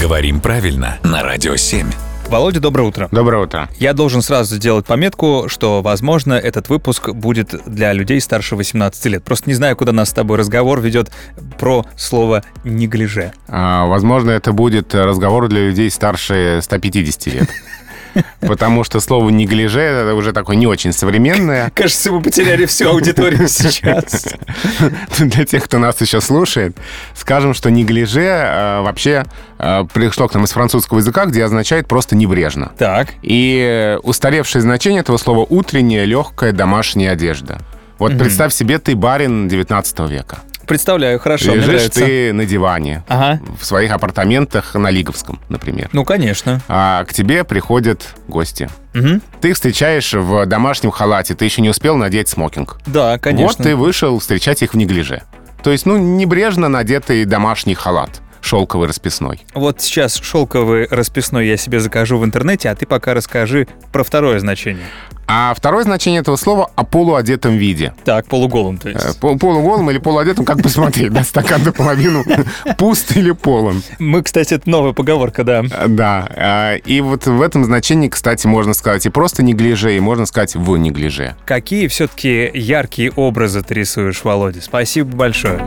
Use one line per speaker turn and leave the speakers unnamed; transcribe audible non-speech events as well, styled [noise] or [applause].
Говорим правильно на Радио 7.
Володя, доброе утро.
Доброе утро.
Я должен сразу сделать пометку, что, возможно, этот выпуск будет для людей старше 18 лет. Просто не знаю, куда нас с тобой разговор ведет про слово «неглиже».
А, возможно, это будет разговор для людей старше
[laughs]
150 лет. Потому что слово «неглиже» — это уже такое не очень современное.
[laughs] Кажется, мы потеряли всю
[laughs]
аудиторию сейчас.
Для тех, кто нас еще слушает, скажем, что «неглиже» э, вообще э, пришло к нам из французского языка, где означает просто «небрежно».
Так,
И устаревшее значение этого слова «утренняя легкая домашняя одежда». Вот представь себе, ты барин 19 века.
представляю, хорошо. мне
Лежишь
нравится.
ты на диване
Ага.
в своих апартаментах на Лиговском, например.
Ну, конечно.
А к тебе приходят гости.
Мгм.
Ты их встречаешь в домашнем халате, ты еще не успел надеть смокинг.
Да, конечно.
Вот ты вышел встречать их в неглиже. То есть, ну, небрежно надетый домашний халат, шелковый расписной.
Вот сейчас шелковый расписной я себе закажу в интернете, а ты пока расскажи про второе значение.
А второе значение этого слова — о полуодетом виде.
Так, полуголым, то
Э,
есть.
пол- Полуголым или полуодетым, как посмотреть, да, стакан наполовину пуст или полон.
Мы, кстати, это новая поговорка, да.
Э, Да, э, и вот в этом значении, кстати, можно сказать и просто неглиже, и можно сказать в неглиже.
Какие все-таки яркие образы ты рисуешь, Володя? Спасибо большое.